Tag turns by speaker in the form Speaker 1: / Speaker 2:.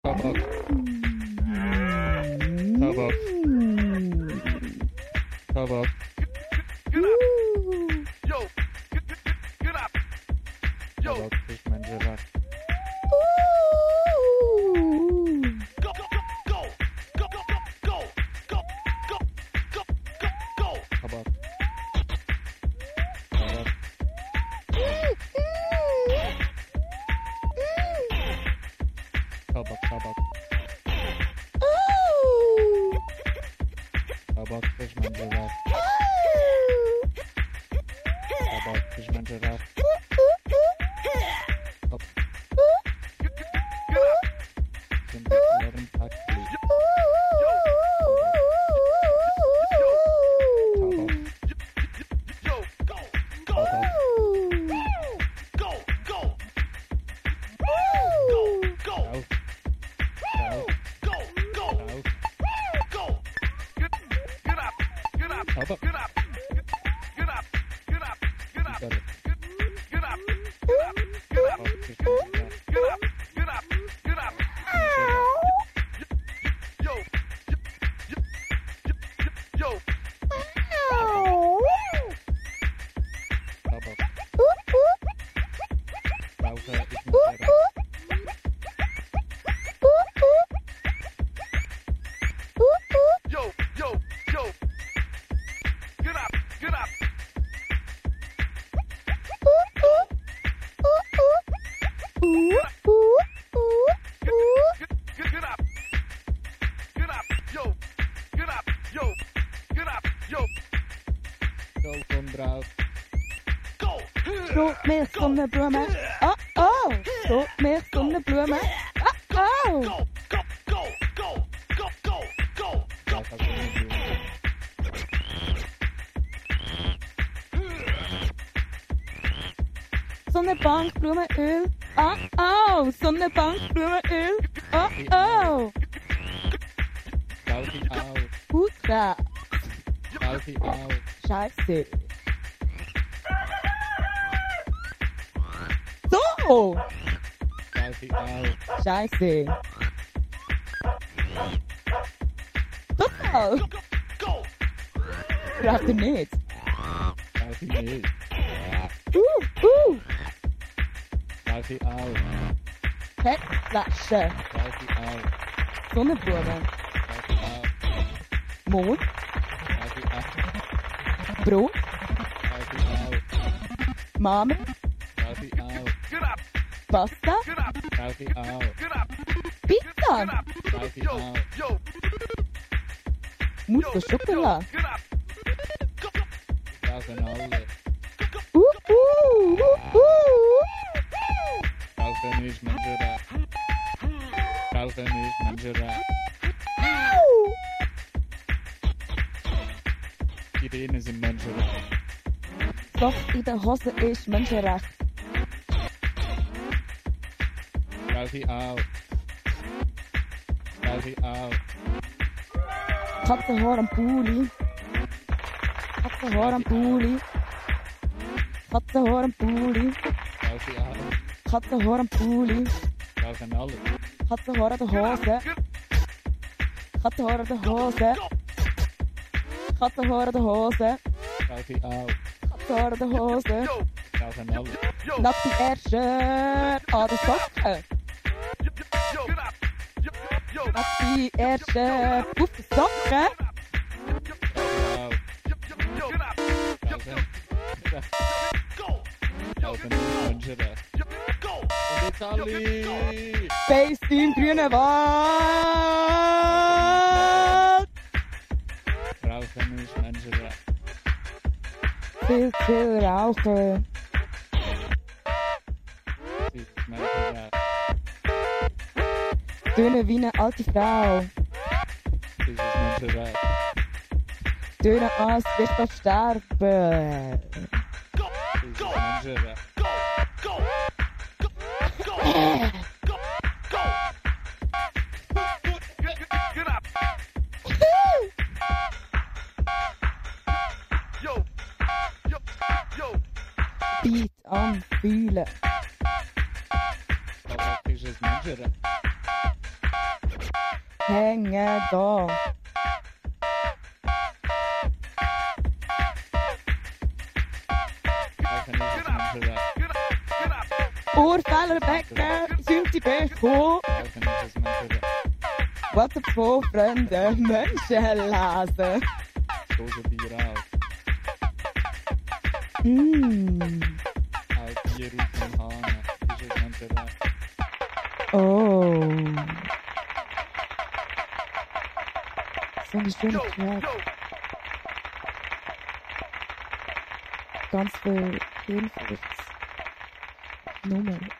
Speaker 1: Tabak. Tabak. Tabak.
Speaker 2: Yo, get, get, get, get up. Yo,
Speaker 1: Tabak riecht mein Gelat.
Speaker 2: go, go, go, go, go, go, go, go, go, go, go.
Speaker 1: Tabak. Tabak. Tabak, Tabak. Tabak riecht mein Gelat. Tabak riecht mein Gelat. Tab-
Speaker 2: Get, get, get up.
Speaker 1: den regulären Tag pflegt. Tabak.
Speaker 2: Yo, go, go, go, go, go,
Speaker 1: Auf,
Speaker 2: go, go, go,
Speaker 1: auf.
Speaker 2: go. Get, get up, get up,
Speaker 1: Tabak.
Speaker 2: get up, get, get up, get up, get up,
Speaker 1: Tabak.
Speaker 2: get, get up, get up, get up.
Speaker 1: Tabak riecht mein Gelat.
Speaker 2: Get up, get up, get up. Yo, yo, yo, yo, yo,
Speaker 1: Tabak. Rauche ist mein Gelat.
Speaker 2: yo, yo, yo. Get up, get up. Get, get, get up. Get up, yo. Get up, yo. Get up, yo.
Speaker 1: Go, komm drauf.
Speaker 2: Go.
Speaker 3: Stop meer zonnebloemen. Oh oh. Stop meer zonnebloemen. Oh oh.
Speaker 2: Go, go, go, go, go, go, go, go.
Speaker 1: Rauche ist mein Gelat.
Speaker 3: Zonnebankbloemenöl. Oh oh. Zonnebankbloemenöl. Oh oh.
Speaker 1: Rauche auf.
Speaker 3: Hoera.
Speaker 1: Rauche auf.
Speaker 3: Scheiße. So.
Speaker 1: Rauche auf.
Speaker 3: Scheiße. So.
Speaker 2: Go, go.
Speaker 3: Gerade nicht.
Speaker 1: Rauche nicht.
Speaker 3: Uh uh.
Speaker 1: Rauche auf.
Speaker 3: Fettflasche.
Speaker 1: Rauche auf.
Speaker 3: Sonnenblumen.
Speaker 1: Rauche auf.
Speaker 3: Mond.
Speaker 1: Rauche auf.
Speaker 3: Brot.
Speaker 1: Rauche auf.
Speaker 3: Mame.
Speaker 1: Rauche auf.
Speaker 2: Get up,
Speaker 3: Pasta.
Speaker 2: get up,
Speaker 1: Rauche auf.
Speaker 2: get up,
Speaker 3: Pizza.
Speaker 2: get up.
Speaker 1: Rauche
Speaker 2: Yo,
Speaker 1: auf.
Speaker 2: yo, yo,
Speaker 3: Mousse Schokolade.
Speaker 2: Get up. Go, go,
Speaker 1: Rauchen alle.
Speaker 3: Uh, uh, uh, uh.
Speaker 1: Rauchen ist mein Gelat. Rauchen ist mein Gelat.
Speaker 3: Au.
Speaker 1: Ideen sind mein Gelat.
Speaker 3: Soft in der Hose ist Menschenrecht.
Speaker 1: Rauche auf. Rauche auf.
Speaker 3: Katzenhaar am Pulli. Katzenhaar am Pulli. Katzenhaar am Pulli.
Speaker 1: Rauche auf.
Speaker 3: Katzenhaar am Pulli.
Speaker 1: Rauchen alle.
Speaker 3: Katzenhaar an der Hose.
Speaker 2: get,
Speaker 3: Katzenhaar an der Hose. Katzenhaar an der Hose.
Speaker 1: Rauche auf.
Speaker 3: Katzenhaar an der Hose.
Speaker 2: yo,
Speaker 1: Rauchen alle.
Speaker 2: yo,
Speaker 3: Natte Ärscher an den Socken.
Speaker 2: yo, yo, get up. Yo, yo, yo,
Speaker 3: Natte Ärscher auf den Socken.
Speaker 1: Auf.
Speaker 2: yo, yo, get up.
Speaker 1: Rauchen.
Speaker 2: Go,
Speaker 1: Rauchen ist mein Gelat.
Speaker 2: yo, go.
Speaker 1: Und jetzt alle.
Speaker 3: Space im grünen Wald.
Speaker 1: Rauchen ist mein Gelat.
Speaker 3: Viel, viel rauchen.
Speaker 1: Ist mein Gelat.
Speaker 3: Töne wie eine alte Frau.
Speaker 1: Das ist mein Gelat.
Speaker 3: Töne als wirst du sterben.
Speaker 2: Go,
Speaker 1: Das ist
Speaker 2: go,
Speaker 1: mein Gelat.
Speaker 2: go, go, go, go, go, go. Get, get, get up. Yo, yo, yo,
Speaker 3: Beat am Fühlen.
Speaker 1: Tabak ist mein Gelat.
Speaker 3: hänge doch.
Speaker 2: Get up,
Speaker 1: Alphanismus Manjera.
Speaker 2: get up, get up,
Speaker 3: Urfällerbecken sind die Becken.
Speaker 1: Alphanismus Manjera.
Speaker 3: Was von fremden Menschen lesen.
Speaker 1: Stoße Bier auf.
Speaker 3: Mm.
Speaker 1: Auf Bier ruf den Hahn. Ist es Manjera?
Speaker 3: Oh. So eine schöne
Speaker 2: yo,
Speaker 3: Knopf.
Speaker 2: yo,
Speaker 3: Ganz viel Hirnfurz. Nummer.